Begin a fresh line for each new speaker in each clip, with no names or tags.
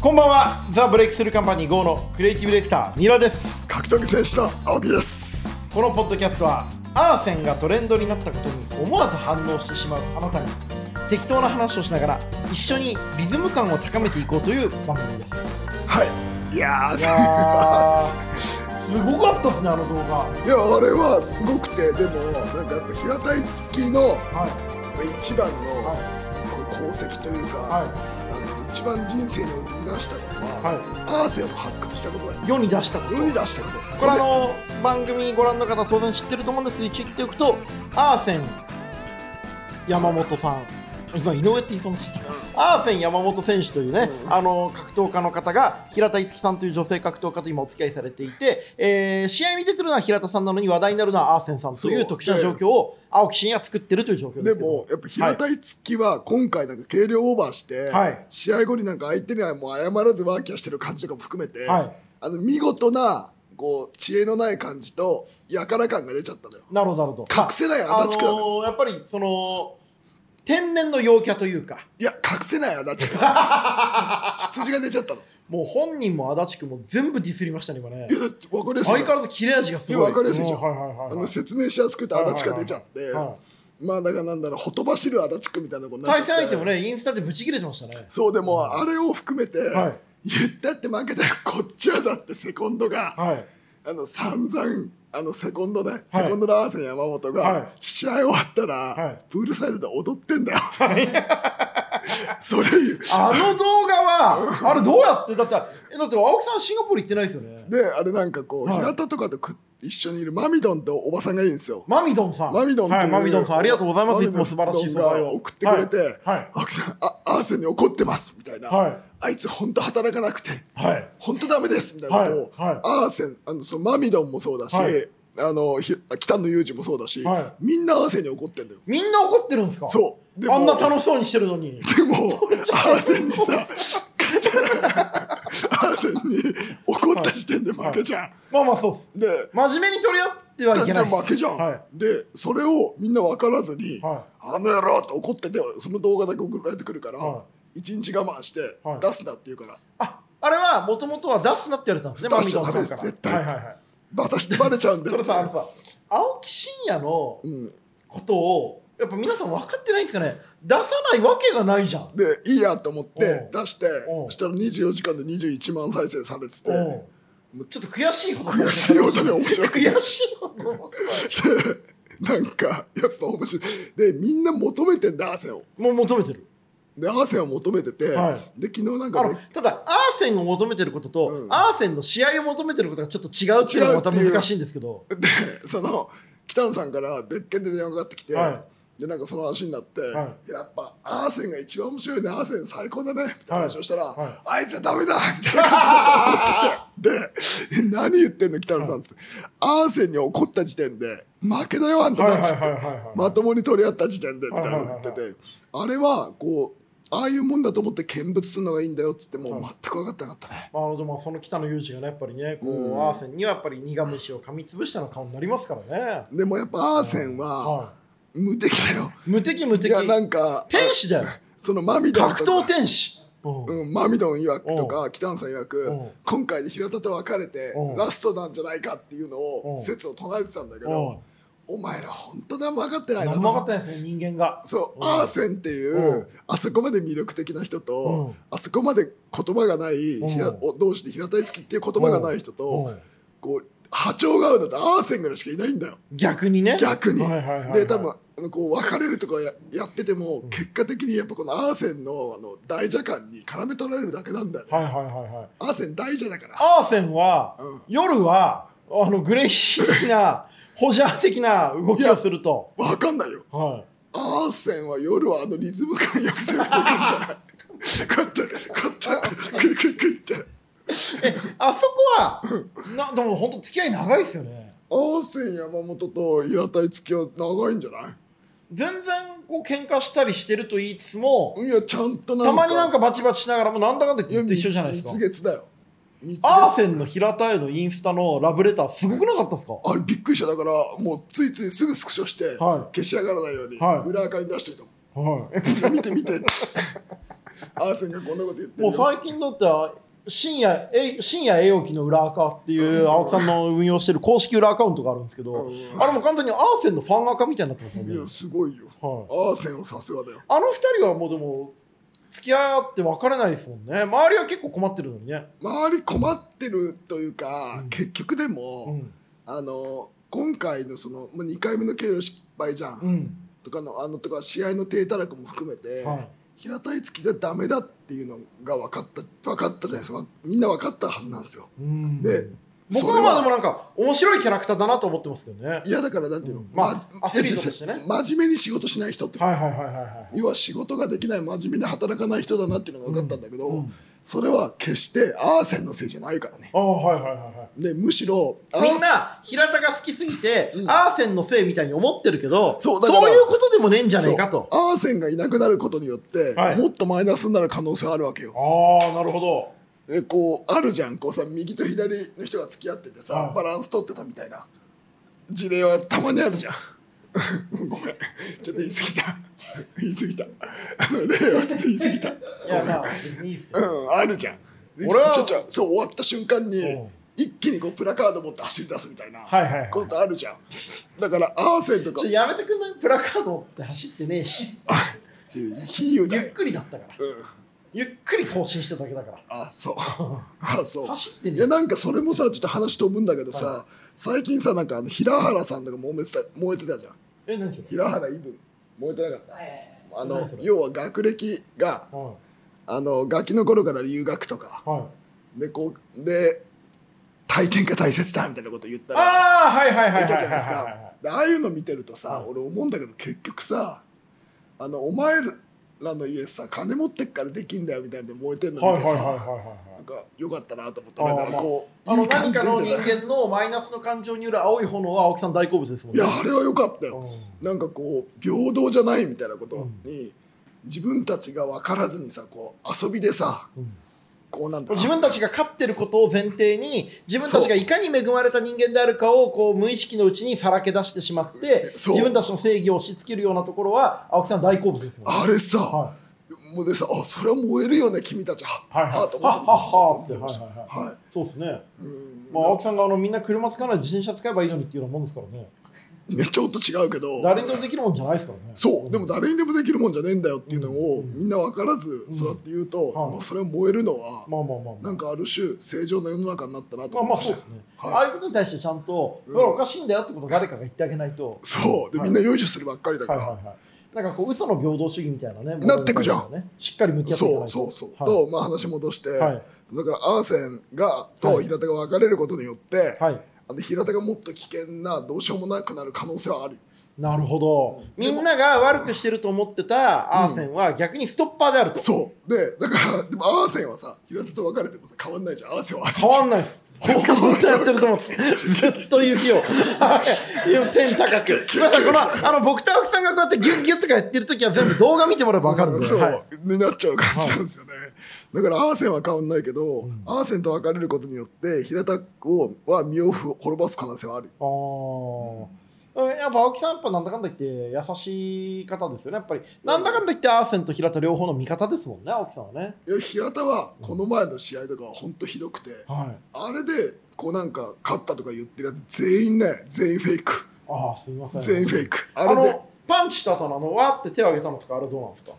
こんばんはザ・ブレイクスルーカンパニー GO のクリエイティブディレクターミラです
格闘技選手の青木です
このポッドキャストはアーセンがトレンドになったことに思わず反応してしまうあなたに適当な話をしながら一緒にリズム感を高めていこうという番組です
はいいやー
い やーすごかったですねあの動画はい
やあれはすごくてでもなんかやっぱ平たい付きの
い
一番の
は
こう功績というか、
いはい
あの一番人生に生み出したのは、
は
アーセンを発掘したことだよ
世に出したこと
世に出したこと
これあの番組ご覧の方当然知ってると思うんですけど一応言っておくとアーセン山本さん今井上って言いそうにしてたアーセン山本選手というね、
うん
あの格闘家の方が平田樹さんという女性格闘家と今お付き合いされていて、えー試合に出てるのは平田さんなのに話題になるのはアーセンさんとい
そうう
特殊な状況を青木真也作ってるという状況で
です
けど
もやっぱ平たい付きは今回なんか軽量オーバーして、
はい
試合後になんか相手にはもう謝らずワーキャーしてる感じとかも含めて、
はい
あの見事なこう知恵のない感じとやから感が出ちゃったのよ
なるほどなるほど
隠せない
あ
足
の
立区だね
ーやっぱりその天然の陽キャというか
いや隠せない足 立区羊が出ちゃったの
もう本人も足立区も全部ディスりましたね今ね
いや分かりやすい
相変わ
じゃ
ら
ん
ず切れ味がすごい。
いやわかりやすいじゃん
うんはいはいはい
あ
は
の
い。
説明しやすくて足立区が出ちゃって、
は
まあだからなんだろうほとばしる足立区みたいなことになっちゃ
対
っ
戦相
て
手もね、インスタでブチ切れてましたね。
そうでもあれを含めて、
はい
言ったって負けたらこっちはだってセコンドが、
はい。
あの散々あのセコンドで、セコンドのアーセン山本が、
はい
試合終わったら、
はい
プールサイドで踊ってんだよ、 それ
あの動画は、あれどうやって、だって、えだって青木さんシンガポール行ってないですよね。
であれなんかこう、
はい
平田とかとく一緒にいるマミドンとおばさんがいいんですよ
マミドンさん。
マミドンっていう
はい、マミドンさん、ありがとうございます。
マ
いつ
ミドン
も素晴らしい素
マミドン
材
が
を。
送ってくれて、
はい。
青木さんあアーセンに怒ってますみたいな、
はい
あいつ本当働かなくて
はい。はい。
本当ダメですみたいなことを、
はいはい
アーセンあのそのマミドンもそうだし、
はい
あのひ北野裕二もそうだし、
は
みんなアーセンに怒ってんだよ
みんな怒ってるんですか
そうでも
あんな楽しそうにしてるのに。
でも、アーセンに さ、勝ったら、アーセンに怒った時点で負けじゃん。
まあまあそうっす。
で、
真面目に取り合ってはいけないっす。
負けじゃん、
はい。
で、それをみんな分からずに、
は
あの野郎って怒ってて、その動画だけ送られてくるから、
は
一日我慢して
はい、
出すなって言うから、
あ、あれは、もともとは出すなって言われたんですね、マ
出
ミ
しち
ド
ゃ
ンさ
ダメ
ん
で
か
す
ら。
絶対
はいはいはい。
私ってバレちゃうん だ
そ
よ。
れさ、あのさ、青木真也の
うん。
ことを、やっぱ皆さん分かってないんですかね出さないわけがないじゃん。
で、いいやと思って、
うん
出して
う、ん
したら24時間で21万再生されてて、
うんちょっと悔しいほど。
悔しいほどに面白くて
悔しいほど面白い。
で、なんか、やっぱ面白い。で、みんな求めてんだ、アーセンを。
もう求めてる。
でアーセンを求めてて、
は
で昨日なん
あ
か
の
ね
ただ、アーセンを求めてることと、
うん
アーセンの試合を求めてることがちょっと違うっていうのがまた難しいんですけど、
でその北野さんから別件で電話がかかってきて、
は
でなんかその話になって、
は
やっぱアーセンが一番面白いねアーセン最高だねみたいな話をしたら、
は
あいつはダメだみたいな感じだったで何言ってんの北野さんっつって、アーセンに怒った時点で負けだよあんたたちって
はいはいはいはいはい
まともに取り合った時点でみたいなの言ってて、
は
あれはこうああいうもんだと思って見物するのがいいんだよっつってもう全く分かってなかったね。
まあ、でもその北野裕二がね、やっぱりね、こう、
うん
アーセンにはやっぱり苦虫を噛みつぶしたような顔になりますからね。
でもやっぱアーセンは
は
無敵だよ。
い無敵無
い
敵。
やなんか
天使だよ。
そのマミドン
格
と
闘
か、
天使。うん
うん、マミドン曰くとか北野さん曰
う
く
ん
今回で平田と別れて
うん
ラストなんじゃないかっていうのを
うん
説を唱えてたんだけ
うん
どお前ら本当だ分かってないな
何
と
も分かってないですね、人間が。
そう
うん
アーセンっていううんあそこまで魅力的な人
う
と
ん
あそこまで言葉がない
うん
平同士で平田樹っていう言葉がない人
う
と
ん
こう波長が合うのってアーセンぐらいしかいないんだよ。
逆にね。
逆に、
はいはいはいはい
で多分あのこう別れるとかややってても、結果的にやっぱこのアーセンのあの大蛇感に絡め取られるだけなんだよ、ね
はいはいはいはい。
アーセン大蛇だから
アーセンは、
うん
夜は、あの、グレイシー的 な、ホジャー的な動きをすると。
わかんないよ
は
アーセンは夜はあのリズム感よく 攻めていくんじゃないこうやってこうやってクイクイクイって
い。え、あそこは、な、でも本当付き合い長いですよね。
アーセン山本と平田樹は長いんじゃな
全然、こう、喧嘩したりしてると言いつつも、
いいやちゃんとなん
た
か
まになんかバチバチしながらも、なんだかんだ
い
ず
や
っと一緒じゃないですか
蜜。月だよ蜜月
アーセンの平田へのインスタのラブレター、すごくなかったですか
あれびっくりしただからもうついついすぐスクショして、
はい
消し上がらないように、
はい
裏垢に出していたもん
はい。
見て見てアーセンがこんなこと言ってる
もう
よ
最近だって深夜え深夜栄養期の裏アカっていう青木さんの運用してる公式裏アカウントがあるんですけど
うん
あれもう完全にアーセンのファンアカみたいになってますよね
いやすごいよ
はい
アーセンはさすがだよ
あの二人はもうでも付き合って別れないですもんね周りは結構困ってるのにね
周り困ってるというか、結局でも、
うん
あの今回のそのまあ2回目の経路失敗じゃん、
うん
とかのあのとか試合の低たらくも含めて、
はい
平田樹がダメだっていうのが分かった分かったじゃないですかみんな分かったはずなんですよ
うん
で
僕はまあでもなんか面白いキャラクターだなと思ってますけどねはい
いやだからなんていうの、
うんまあアスリートとしてね
いや違う違う真面目に仕事しない人って、
はいはいはいはい
要は仕事ができない真面目に働かない人だなっていうのが分かったんだけど、
うんうん
それは決してアーセンのせいじゃないからね
ああはいはいはいはい
でむしろアーセン
みんな平田が好きすぎて、
うん
アーセンのせいみたいに思ってるけどそ
そ
うう
だから
いうことでもねえんじゃねえかと
そうアーセンがいなくなることによって、
はい
もっとマイナスになる可能性あるわけよ
ああなるほど
でこうあるじゃんこうさ右と左の人が付き合っててさ、
はい
バランス取ってたみたいな事例はたまにあるじゃん ごめんちょっと言い過ぎた 言い過ぎたあの例はちょっと言い過ぎた
いやまあ別にいいですけど、
うんあるじゃんで
俺は
ちょちょそう終わった瞬間に
うん
一気にこうプラカード持って走り出すみたいな
はいはいはい
ことあるじゃんだからアーセンとか
ちょやめてくんないプラカードって走ってねえし
比喩だ
ゆ
よ
っ、くりだったから
うん
ゆっくり更新しただけだから
あそうあそう
走ってね
いやなんかそれもさちょっと話飛ぶんだけどさ、最近さなんかあの平原さんとか揉めてた燃えてたじゃん
え何それ
平原イブ燃えてなかったあの
何それ
要は学歴が
は
あのガキの頃から留学とか
いはい
でこうで体験が大切だみたいなこと言ったら
ああはいはいはいは
言っ
い
た
はい
じゃないです
は
かでああいうの見てるとさ、
はい
俺思うんだけど結局さあのお前らの家さ金持ってっからできんだよみたいなんで燃えてんの
いはいはい
見てさ、
はいはいは
ないんか良かったなと思った
あ
な
ー
んかこう、
あ
い
の
い感
何
じ
か
で見
の
て
人
た
間のマイナスの感情による青い炎は青木さん大好物ですもん
い
ね
やあれは良かったよ、
うん
なんかこう平等じゃないみたいなことに、自分たちが分からずにさこう遊びでさ
うん
こうなんだ
自分たちが勝ってることを前提に自分たちがいかに恵まれた人間であるかをこう無意識のうちにさらけ出してしまって
そう
自分たちの正義を押し付けるようなところは青木さん大好物ですもんね
あれさ、
は
もうでさあそれは燃えるよね君たちは、
はいはい
はあと思
は
っ
っ
て
はってはいはいはい
はい、
そうですね、
うん
まあ、青木さんがあのみんな車使わないで自転車使えばいいのにっていうようなもんですからね
いやちょっと違うけど
誰にでもできるもんじゃないですからね
そうでも誰にでもできるもんじゃねえんだよっていうのを、
うん
みんな分からず
うん
そうやって言うと、
はい
まあ、それは燃えるのは、
まあまあまあまあ
なんかある種正常な世の中になったなと
まあ
思
まあ
いま
そう
し
で
た
すね、
はい
ああいうことに対してちゃんと、
うん
それはおかしいんだよってことを誰かが言ってあげないと、
そうで
は
み
い
んなよいしょするばっかりだか
はい
ら、
はいはい、なんかこう嘘の平等主義みたいなね、
なってくじゃん
ものに対してね、しっかり向き合っていか
そ
な
う
いと、
そうそう、
は
と、まあ、話戻して、
はい
だからアーセンがと
はい
平田が別れることによって、
い、はい、
あの平田がもっと危険などうしようもなくなる可能性はある
なるほど、みんなが悪くしてると思ってたアーセンは逆にストッパーであると、
そうでだからでもアーセンはさ平田と別れてもさ変わんないじゃんアーセンはアーセン
変わんないです。ずっとやってると思うんです。ずっと雪を。はいいや天高く。皆さん、この、あの、僕と青木さんがこうやってギュッギュッとかやってる時は全部動画見てもらえばわかるんで。
そう、
はい
になっちゃう感じなんですよね、だからアーセンは変わんないけど、アーセンと別れることによって平田をは身を滅ぼす可能性はある
あーうんやっぱ青木さんやっぱなんだかんだ言って優しい方ですよねやっぱりなんだかんだ言ってアーセンと平田両方の味方ですもんね青木さんはね
いや平田はこの前の試合とかは本当ひどくて、
はい
あれでこうなんか勝ったとか言ってるやつ全員ね全員フェイク
ああすみません
全員フェイクあ
あ
れで
のパンチした後のあのわーって手を挙げたのとかあれどうなんですか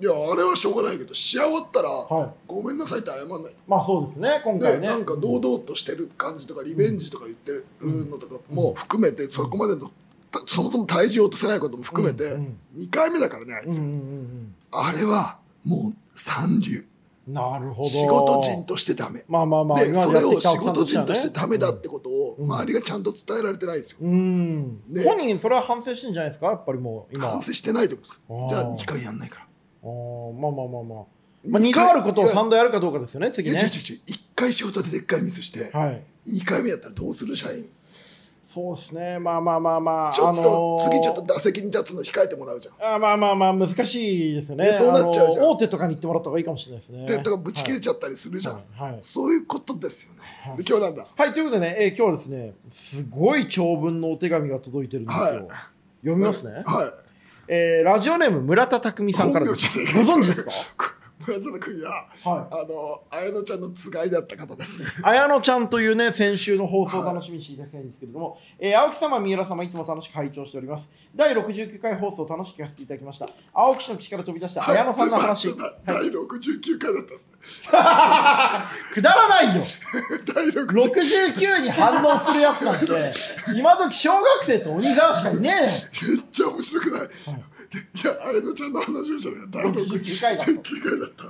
いやあれはしょうがないけど試合終わったら、
はい
ごめんなさいって謝んない
まあそうですね今
で、
回ね
なんか堂々としてる感じとかリベンジとか言ってるのとかも含めて、そこまでのたそもそも体重を落とせないことも含めて、
うんうん
2回目だからねあい
うん
つ、
うんうん
あれはもう三流
うんなるほど
仕事人としてダメ
まあまあまあ
で
今
そ
まで
れ
やって
を
きた
仕
青木さん
事人として
は
ダ
ね
メだってことを周りがちゃんと伝えられてないですよ、
うん
ね
本人それは反省してんじゃないですかやっぱりもう今
反省してないと思うんですよ
あ
じ
ー
ゃあ2回やんないから
あーまあまあまあまあまあ2回あることを3度やるかどうかですよね次
いや
ね
違う違う違う1回仕事ででっかいミスして、
はい
2回目やったらどうする社員
そうですね、まあまあまあまあ、
ちょっ
あ
と
のー
次ちょっと打席に立つの控えてもらうじゃん
あまあまあまあ、難しいですよね、
ねそうなっちゃうじゃん
あのー大手とかに行ってもらった方がいいかもしれないですね。
でとかぶち切れちゃったりするじゃん、
はいはい
そういうことですよね、で今日なんだ
はい、ということでね、えー今日はですね、すごい長文のお手紙が届いてるんですよ。
はい
読みますね、
はい
えーラジオネーム村田匠さんからです。
本名じゃねえ
ご存知ですか
こ村田の組は、
は
あの、綾乃ちゃんのつがいだった方ですね。
綾乃ちゃんというね、先週の放送を楽しみにしていただきたいんですけれども、えー青木様、三浦様、いつも楽しく拝聴しております。第69回放送、楽しく聞かせていただきました。青木氏の口から飛び出した綾乃さんの 話、
はいそうだそうだ第69回だったですね。
くだらないよ
第69
69に反応するやつなんて、今時小学生と鬼沢しかいねえよ
めっちゃ面白くない。いや、綾乃ちゃんの話をしたら、第
69回だった
69回だった。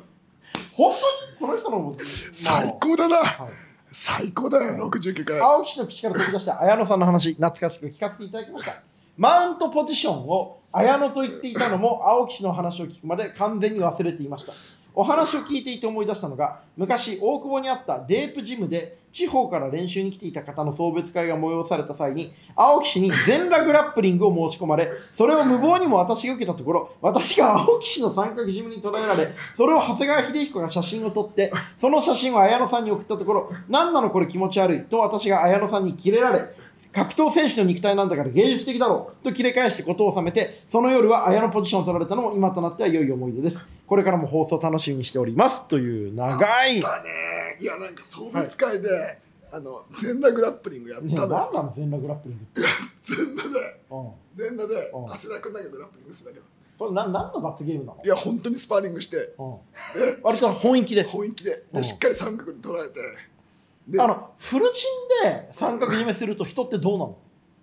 本当にこの人の僕
最高だな。
はい
最高だよ、69回。
青木氏の口から飛び出した綾野さんの話、懐かしく聞かせていただきました。マウントポジションを綾野と言っていたのも、青木氏の話を聞くまで完全に忘れていました。お話を聞いていて思い出したのが、昔、大久保にあったデープジムで、地方から練習に来ていた方の送別会が催された際に、青木氏に全裸グラップリングを申し込まれ、それを無謀にも私が受けたところ、私が青木氏の三角ジムに捉えられ、それを長谷川秀彦が写真を撮って、その写真を綾野さんに送ったところ、なんなのこれ気持ち悪いと私が綾野さんにキレられ、格闘選手の肉体なんだから芸術的だろうと切れ返してことを収めて、その夜は綾野ポジションを取られたのも今となっては良い思い出です。これからも放送楽しみにしております。という長い。
だねいやなんか送別会で、あの全裸グラップリングやった
ねえ、なんな
の
の全裸グラップリングって。
全裸で
うん。
全裸で
うん
汗だくになけグラップリングするだけど
それな何の罰ゲームなの
いや本当にスパーリングして
うん。割と本気で。
本気で
うん
でしっかり三角に捉えてで
あの、フルチンで三角締めすると人ってどうなの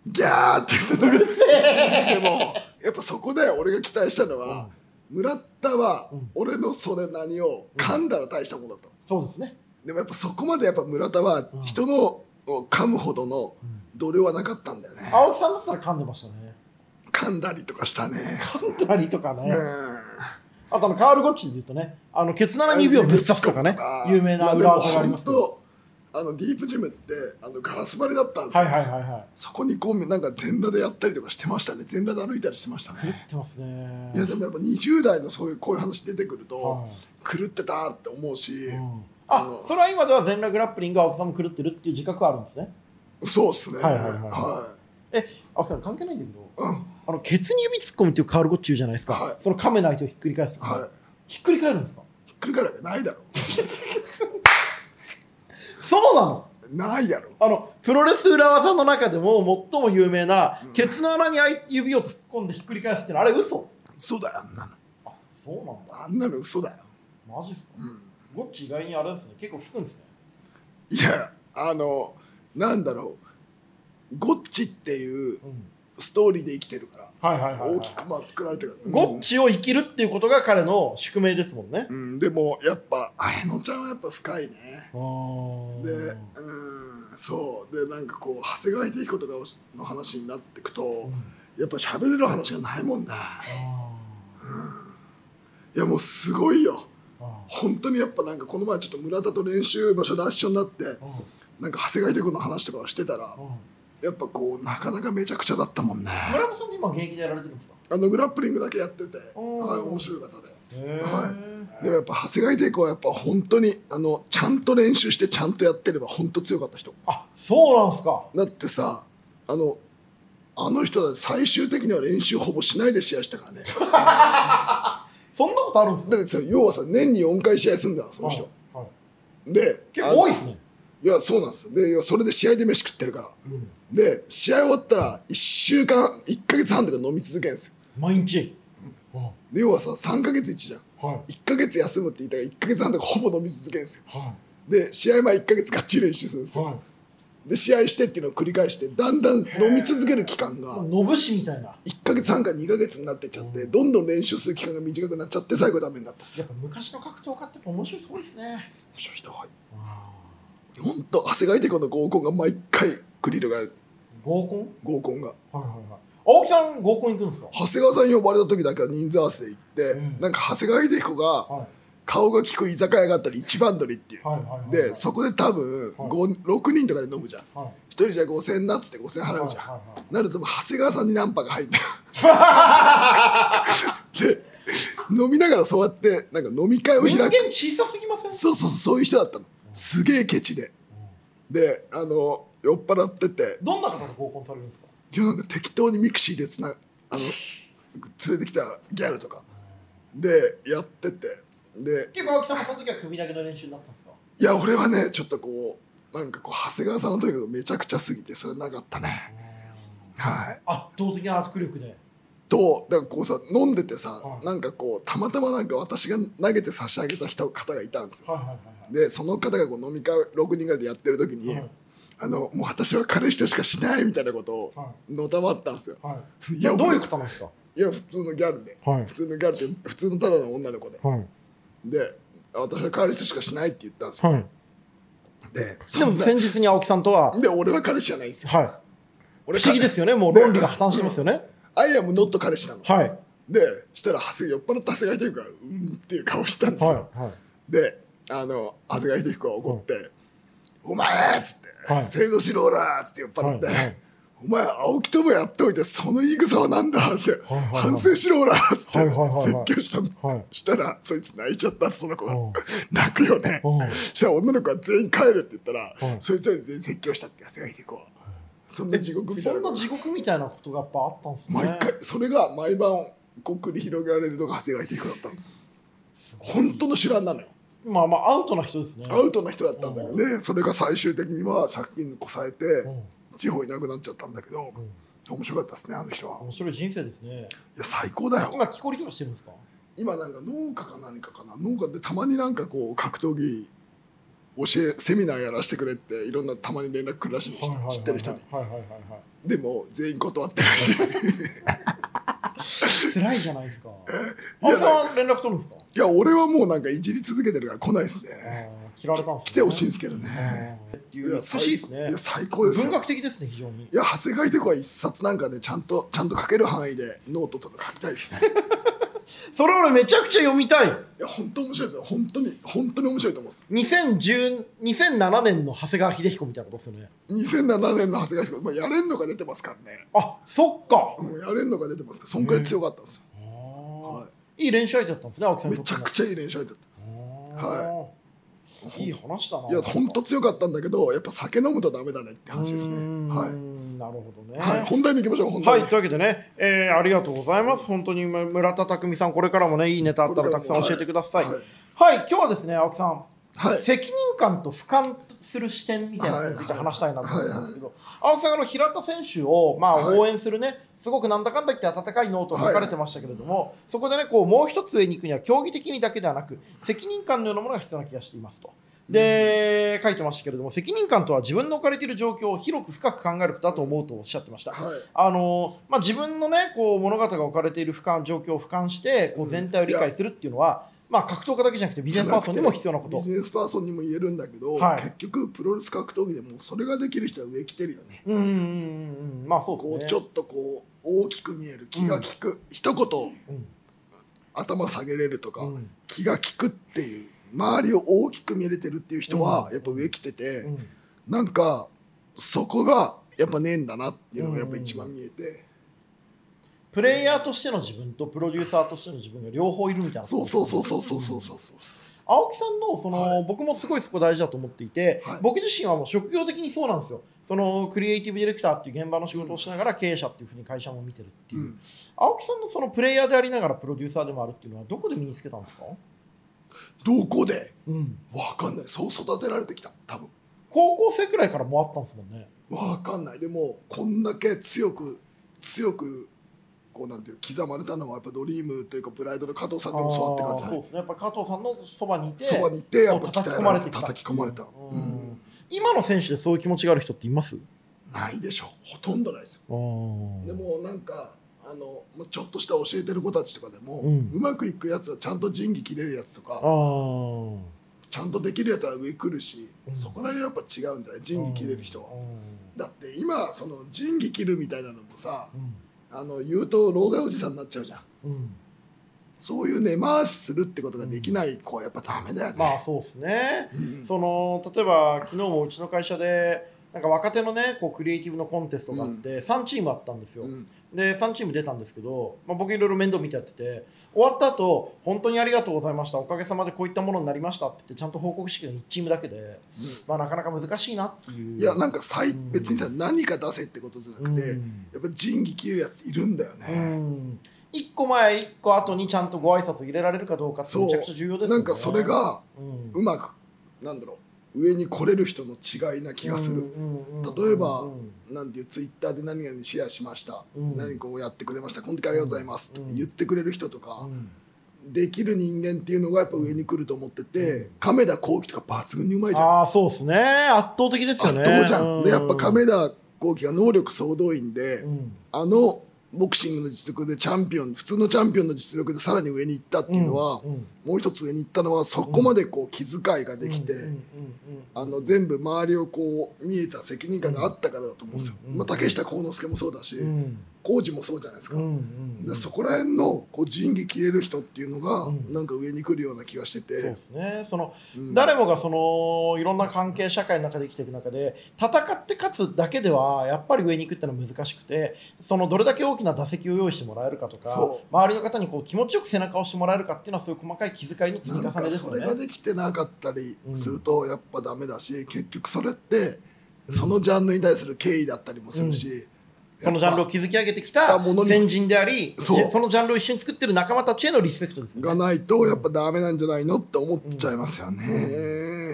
ギャーって言って
うるせえ
たでもやっぱそこで俺が期待したのは、村田は
うん
俺のそれ何を噛んだら大したものだと、
そうですね。
でもやっぱそこまでやっぱ村田は人のを噛むほどの度量はなかったんだよね
青木さんだったら噛んでましたね。
噛んだりとかしたね
噛んだりとかね。
うん
あとあの、カールゴッチで言うとね、あの、ケツナラ2秒ぶっ刺すとかね、有名な裏技がありますけど。
ど。あのディープジムってあのガラス張りだったんです
は
よ、
いはいはいはい。
そこにこうなんか全裸でやったりとかしてましたね全裸で歩いたりしてました
言っ
ね
てますね。
いやでもやっぱ20代のそういうこういう話出てくると、
はい
狂ってたって思うし、
うんあ、それは今では全裸グラップリングは青木さんも狂ってるっていう自覚はあるんですね。
そうっすね
はいはいはい
は
え、青木さん関係ないんだけど、
いうん
あの、ケツに指突っ込むっていうカールゴッチ言うじゃないですか。
はい
その噛めないとひっくり返すとか、
は
ひっくり返るんですか
いひっくり返るわけないだろ
そうなの
ないやろ
あのプロレス裏技の中でも最も有名な、ケツの穴にあい指を突っ込んでひっくり返すってのはあれ嘘
嘘だよあんなの
あそうなんだ
あんなの嘘だよ、
マジっすか
うん、
ゴッチ意外にあれですね結構吹くんですね
いやあのなんだろうゴッチっていう
うん
ストーリーで生きてるから
はいはい
大きくまあ作られてるから
ゴッチを生きるっていうことが彼の宿命ですもんね
う、ん、うんでもやっぱ綾乃ちゃんはやっぱ深いねで
で
うんそうでなんかこう長谷川秀彦とかの話になってくと、やっぱ喋れる話がないもんないやもうすごいよ本当にやっぱなんかこの前ちょっと村田と練習場所で一緒になってなんか長谷川秀彦の話とかをしてたらやっぱこうなかなかめちゃくちゃだったもんね
村田さんって今現役でやられてるんですか
あのグラップリングだけやってて、
おー
はい、面白い方で
へ
はでもやっぱ長谷川秀子はやっぱ本当にあのちゃんと練習してちゃんとやってれば本当強かった人
あそうなんですか
だってさあのあの人だって最終的には練習ほぼしないで試合したからね
そんなことあるんです
だ
か
ってさ要はさ年に4回試合するんだよその人
はいはい
で
結構多い
あ
ですね
のいやそうなんですよでいやそれで試合で飯食ってるからで試合終わったら1週間1ヶ月半とか飲み続けるんですよ
毎日は
で要はさ3ヶ月1じゃん
いはい
1ヶ月休むって言ったら1ヶ月半とかほぼ飲み続けるんですよで試合前1ヶ月がっちり練習するんですよ
は
で試合してっていうのを繰り返してだんだん飲み続ける期間が
いのぶしみたいな
1ヶ月半から2ヶ月になってっちゃってどんどん練習する期間が短くなっちゃって最後ダメになったんです
や
よ
っぱ昔の格闘家ってやっぱ面白いとこですね
面白い人はいほんと汗がいてこの合コンが毎回繰り広げられる
合コン
合コンが
はいはいはい青木さん合コン行くんですか
長谷川さん呼ばれた時だけは人数合わせで行って、
うん
なんか長谷川秀彦が
はい
顔が利く居酒屋があったら一番乗りっていう、
はいはいはい
でそこで多分、
はい
五6人とかで飲むじゃん
はい
1人じゃ5000円なっつって5000円払うじゃん、
はいはいはい
なると長谷川さんにナンパが入った で飲みながらそうやってなんか飲み会を開
人間
く
小さすぎません
そうそうそうそういう人だったのすげえケチでであの酔っ払ってて
どんな方が合コンされるんですか
いやなんか適当にミクシーでつなあの連れてきたギャルとかでやっててで
結構青木さんもその時は首投げの練習になってたんですか
いや俺はねちょっとこうなんかこう長谷川さんのとにかくめちゃくちゃすぎてそれなかったねはい
圧倒的な圧力で
とだからこうさ飲んでてさ、
うん
なんかこうたまたまなんか私が投げて差し上げた人方がいたんですよ
はいはいはい
でその方がこう飲み会6人ぐらいでやってる時に、
はい
あのもう私は彼氏としかしないみたいなことを
は
のたまったんですよ
いはい
い
どどういう
俺
ことなんですか
いや普通のギャルで
はい
普通のギャルって普通のただの女の子で
はい
で私は彼氏としかしないって言ったんですよ
はい
で
でも先日に青木さんとは、はい、
で俺は彼氏じゃないんですよ
不
俺
思議ですよねもう論理が破綻してますよね
アイアムノット彼氏なの
はい
でしたら長谷酔っ払った長谷川秀彦がうんっていう顔したんですよ、
はいはい
であの長谷川秀彦が怒って「お前!」っつって「
はい
製造しろおら!」っつって酔っ払って「
はいはい
お前青木ともやっておいてその言い草はなんだ?」って、
はいはい
反省しろおら!」っつって
はいはいはいはい
説教したんです、
はい
したらそいつ泣いちゃったその子が
うん
泣くよね
うん
したら女の子は全員帰るって言ったら、
うん
そいつらに全員説教したって長谷川秀彦はそんな地獄みたい
そ
なん
な地獄みたいなことがやっぱあったんですね
毎回それが毎晩こう繰り広げられるのが長谷川秀彦だったの本当の手段なのよ
まあまあアウトな人ですね
アウトな人だったんだよね、それが最終的には借金こさえて
うん
地方いなくなっちゃったんだけど
うん
面白かったですねあの人は
面白い人生ですね
いや最高だよ
今木こりとかしてるんですか
今なんか農家か何かかな農家でたまになんかこう格闘技教えセミナーやらせてくれっていろんなたまに連絡来るらしいの知ってる人に
はいはいはいはい
でも全員断ってるらしい
辛いじゃないですか。
い
青
や
木さんは連絡取るんですか。
いや俺はもうなんかいじり続けてるから来ないですね
切られたんです、ね。
来てほしいん
い。
ですけどね
っていう。優しいです
い
ね
や。最高ですよ
文学的ですね、非常に。
いや長谷川秀子は一冊なんかねちゃんとちゃんと書ける範囲でノートとか書きたいです ね
それ俺めちゃくちゃ読みたい。
いや本当面白いと思う本当に本当に面白いと思うんです
2010 2007年の長谷川秀彦みたいなことですよね。
2007年の長谷川秀子、まあ、やれんのが出てますからね
あ、そっか。、
うんやれんのが出てますからそんくらい強かったんですよ、はい
い練習相手だったんですね、青木さん
い、め
にとって
ちゃ
も。
くちゃいい練習相手だっ
はい。いい話だな。
たいや本当強かったんだけどやっぱ酒飲むとダメだねって話です
うーん
ねはい、
なるほどね。
はい、本題に行きましょう本
は
題
い、
に、
というわけでね、えーありがとうございます。本当にむ村田匠さん、これからもね、いいネタあったらたくさん教えてください。
こ
は
れ
い
からも、
今日はですね、青木さん、
はい
責任感と俯瞰する視点みたいなのについて話したいなと思うんですけど、青木さん、あの平田選手を、まあ、
はい
応援するね、すごくなんだかんだ言って温かいノートを書かれてましたけれども、そこでね、こうもう一つ上に行くには、競技的にだけではなく、責任感のようなものが必要な気がしていますと。で書いてましたけれども責任感とは自分の置かれている状況を広く深く考えることだと思うとおっしゃってました、
はい
あのまあ、自分の、ね、こう物語が置かれている俯瞰状況を俯瞰してこう全体を理解するっていうのは、まあ、格闘家だけじゃなくてビジネスパーソンにも必要なこと
ビジネスパーソンにも言えるんだけど、
はい
結局プロレス格闘技でもそれができる人は上来てるよね
うんうんうんうんまあそう
こう
です
ちょ
ね
っとこう大きく見える気が利く、一言
うん
頭下げれるとか、
うん
気が利くっていう周りを大きく見れてるっていう人は
うん
やっぱ上来てて、
うん
なんかそこがやっぱねえんだなっていうのがやっぱ一番見えて、
プレイヤーとしての自分とプロデューサーとしての自分が両方いるみたいな
そうそうそうそうそうそうそうそう
青木さんのその、
は
僕もすごいそこ大事だと思っていて、
はい
僕自身はもう職業的にそうなんですよそのクリエイティブディレクターっていう現場の仕事をしながら経営者っていうふうに会社も見てるっていう、
うん
青木さんのそのプレイヤーでありながらプロデューサーでもあるっていうのはどこで身につけたんですか、
どこで
うん、
わかんないそう育てられてきた多分
高校生くらいからもあったんですもんね
わかんないでもこんだけ強く強くこうなんていう刻まれたのはやっぱドリームというかプライドの加藤さんでもそうって感じ
あー
だ
そう
ね
ですねやっぱ加藤さんのそばにいて
そばにいてやっぱ
叩き
鍛
込
え
ま
ら
れて
れて
きた
叩き込まれた、
う
うん
ん今の選手でそういう気持ちがある人っています
ないでしょほとんどないですよ
で
でもなんかあのまあちょっとした教えてる子たちとかでも、
う
うんまくいくやつはちゃんと仁義切れるやつとか
あ
ちゃんとできるやつは上来るし、
うん
そこら辺やっぱ違うんじゃない仁義切れる人は、
は
だって今その仁義切るみたいなのもさあの言うと老害おじさんになっちゃうじゃんそういう根回しするってことができない子はやっぱダメだよね、
まあそうですね
うん
その例えば昨日もうちの会社でなんか若手のねこうクリエイティブのコンテストがあって3チームあったんですよ、
うん
で3チーム出たんですけど、まあ、僕いろいろ面倒見てやってて終わった後本当にありがとうございましたおかげさまでこういったものになりましたって言ってちゃんと報告式の1チームだけで、まあ、なかなか難しいなっていう
い
い
やなんか最
うん
別にさ何か出せってことじゃなくて、やっぱ仁義切るやついるんだよ
う
ね、
ん一個前一個後にちゃんとご挨拶入れられるかどうかって
そう
めちゃくちゃ重要ですよね
なんかそれが
うん
うまくなんだろう上に来れる人の違いな気がする、
うんうんうん
例えば
うん
なんていうツイッターで何々シェアしました、
うん
何こうやってくれましたこの時ありがとうございます、
うん
とか言ってくれる人と
う
か、
ん
できる人間っていうのがやっぱ上に来ると思ってて、
うん
亀田光輝とか抜群にうまいじゃん
ああそうですね圧倒的ですよ
圧
ね
倒じゃん、でやっぱ
亀
亀田光輝が能力総動員で、
うん
あのボクシングの実力でチャンピオン普通のチャンピオンの実力でさらに上に行ったっていうのは、
うんうん
もう一つ上に行ったのはそこまでこう気遣いができて、
うんうんうんうん
あの全部周りをこう見えた責任感があったからだと思うんですよ、
うん
まあ、竹下幸之助もそうだし、
うん
浩二もそうじゃないですか,、
うんうん
そこら辺のこう仁義切れる人っていうのが
うん
なんか上に来るような気がして
そうで
て、
すねその
うん
誰もがそのいろんな関係社会の中で生きていく中で戦って勝つだけではやっぱり上に行くってのは難しくてそのどれだけ大きな打席を用意してもらえるかとか
そ
周りの方にこう気持ちよく背中を押してもらえるかっていうのはそういう細かい気遣いの積み
なん
重ね
か
です
そ
よ
れ
ね
が。できてなかったりするとやっぱダメだし結局それってそのジャンルに対する敬意だったりもするし、
そのジャンルを
やっ
築き上げてきた
ものに
先人であり
そう
じそのジャンルを一緒に作ってる仲間たちへのリスペクトですよ
ぱが
ね。
ないとやっぱダメなんじゃないのって思っちゃいますよね、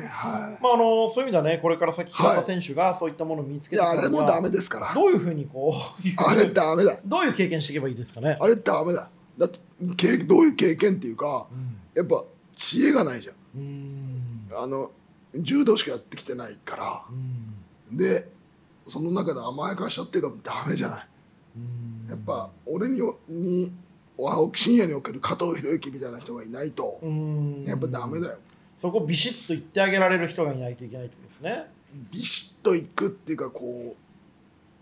はい。
まあ、あのそういう意味ではねこれから先平田選手がそういったものを身につ
い
けていく
やあれ
に
も
は
ダメですから
どういうふうにこういう
あれダメだ
どういう経験していけばいいですかね。
あれダメだだって経どういう経験っていうかやっぱ知恵がないじゃん
うんうん
あの柔道しかやってきてないから
うん
でその中で甘やかしちゃってるからダメじゃない
うん
やっぱ俺にに青木真也における加藤博之みたいな人がいないと
うん
やっぱダメだよ
そこをビシッと言ってあげられる人がいないといけないってことですね。
ビシッといくっていうかこ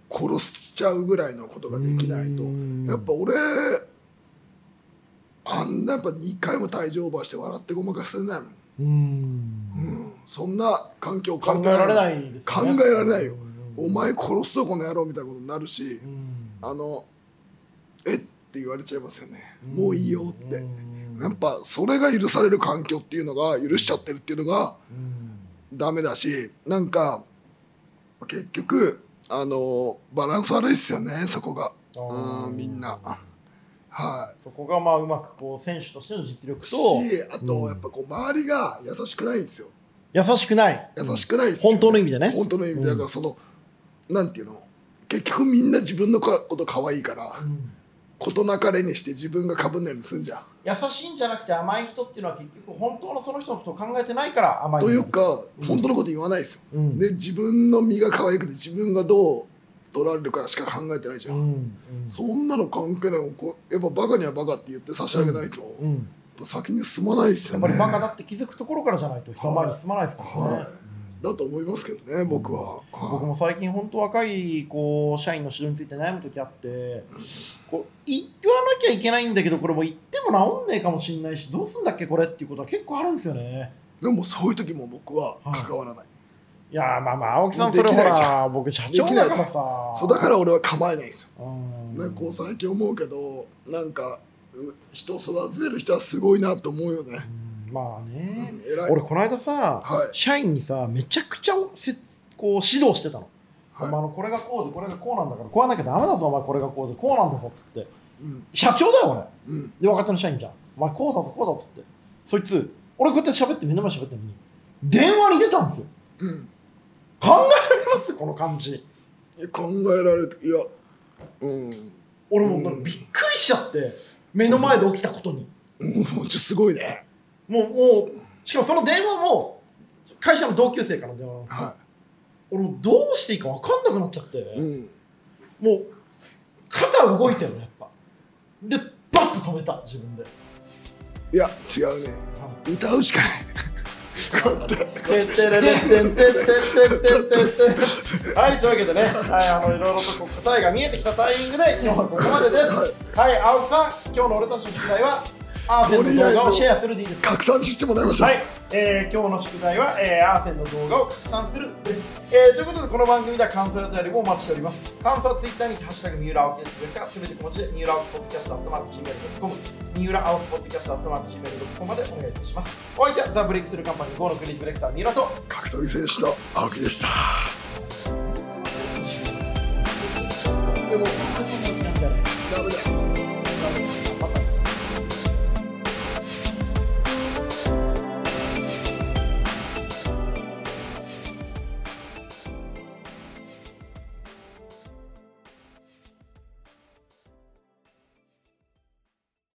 う殺しちゃうぐらいのことができないと
うん
やっぱ俺あんなやっぱ2回も退場オーバーして笑ってごまかせないもんうんそんな環境
考えられないいですよね。
考えられないよ
うん
お前殺すぞこの野郎みたいなことになるし
うん
あのえって言われちゃいますよねもういいよって
うん
やっぱそれが許される環境っていうのが許しちゃってるっていうのが
うん
ダメだしなんか結局あのバランス悪いっすよねそこが
あー
うんみんなは
そこがまあうまくこう選手としての実力
い
と
しあ
うん
とやっぱこう周りが優しくないんですよ
優しくない
優しくないですよ、
本当の意味でね
本当の意味で
う
だ
ん
からその、なんていうの結局みんな自分のかこと可愛いから
うん
事なかれにして自分がかぶんないようにすんじゃん
優しいんじゃなくて甘い人っていうのは結局本当のその人のことを考えてないから甘いん
と
だ
いうか、
うん
本当のこと言わないです
う
よ、
ん
で自分の身が可愛くて自分がどう取られるかしか考えてないじゃ、
うんん
そんなの関係ないこうやっぱバカにはバカって言って差し上げないと、
うんうん
やっぱ先に進まないです
や
よ
っ
ね
ぱりバカだって気づくところからじゃないと人前に進まないですからね、
はいだと思いますけどね僕は、
僕も最近本当若いこう社員の指導について悩む時あってこう言わなきゃいけないんだけどこれもう言っても治んねえかもしれないしどうすんだっけこれっていうことは結構あるんですよね
でもそういう時も僕は関わらない、
いやーまあまあ青木さん
で
そ
きな
れ
い
ほ
じ
ら僕社長だから
でき
さ
そうだから俺は構えないですよ
うん
ね、こう最近思うけどなんかう人を育ててる人はすごいなと思うよね、
うんまあ
う
ね
ん、偉い
俺この間さ、
はい
社員にさめちゃくちゃせこう指導してたの,、
はい
まあ、あのこれがこうでこれがこうなんだからこうやんなきゃダメだぞお前これがこうでこうなんだぞっつって
うん
社長だよ俺
うん
で若手の社員じゃんお前こうだぞこうだっつってそいつ俺こうやって喋ってみんな前喋ってるのに電話に出たんですよ
うん
考えられますこの感じ
いや考えられていやうん
俺もうびっくりしちゃって目の前で起きたことに
うんもうちょすごいね
もうもうしかもその電話も会社の同級生からの電話なんですよ
は
俺もうどうしていいか分かんなくなっちゃって、
い、うん、
もう肩動いてるのやっぱでバッと止めた自分で
いや違うね歌うしかないこうやって
てってれれってんてってってってってってはいというわけでね、はい、あのいろいろとこう答えが見えてきたタイミングで今日はここまでですはい青木さん今日の俺たちの宿題はアーセンの動画をシェアするでいいですか
拡散してもらいました、
はい、えー今日の宿題は、えーアーセンの動画を拡散するです、えーということでこの番組では感想やお便りもお待ちしております感想はツイッターにて「ハッシュタグ三浦青木」ですべきかすべて小文字で三浦青木ポッドキャストアットマーク Gmail.com 三浦青木ポッドキャストアットマーク Gmail.com までお願いいたしますお相手はザ・ブレイクスルーカンパニー GO のクリップレクター三浦と
格闘技選手の青木でしたでも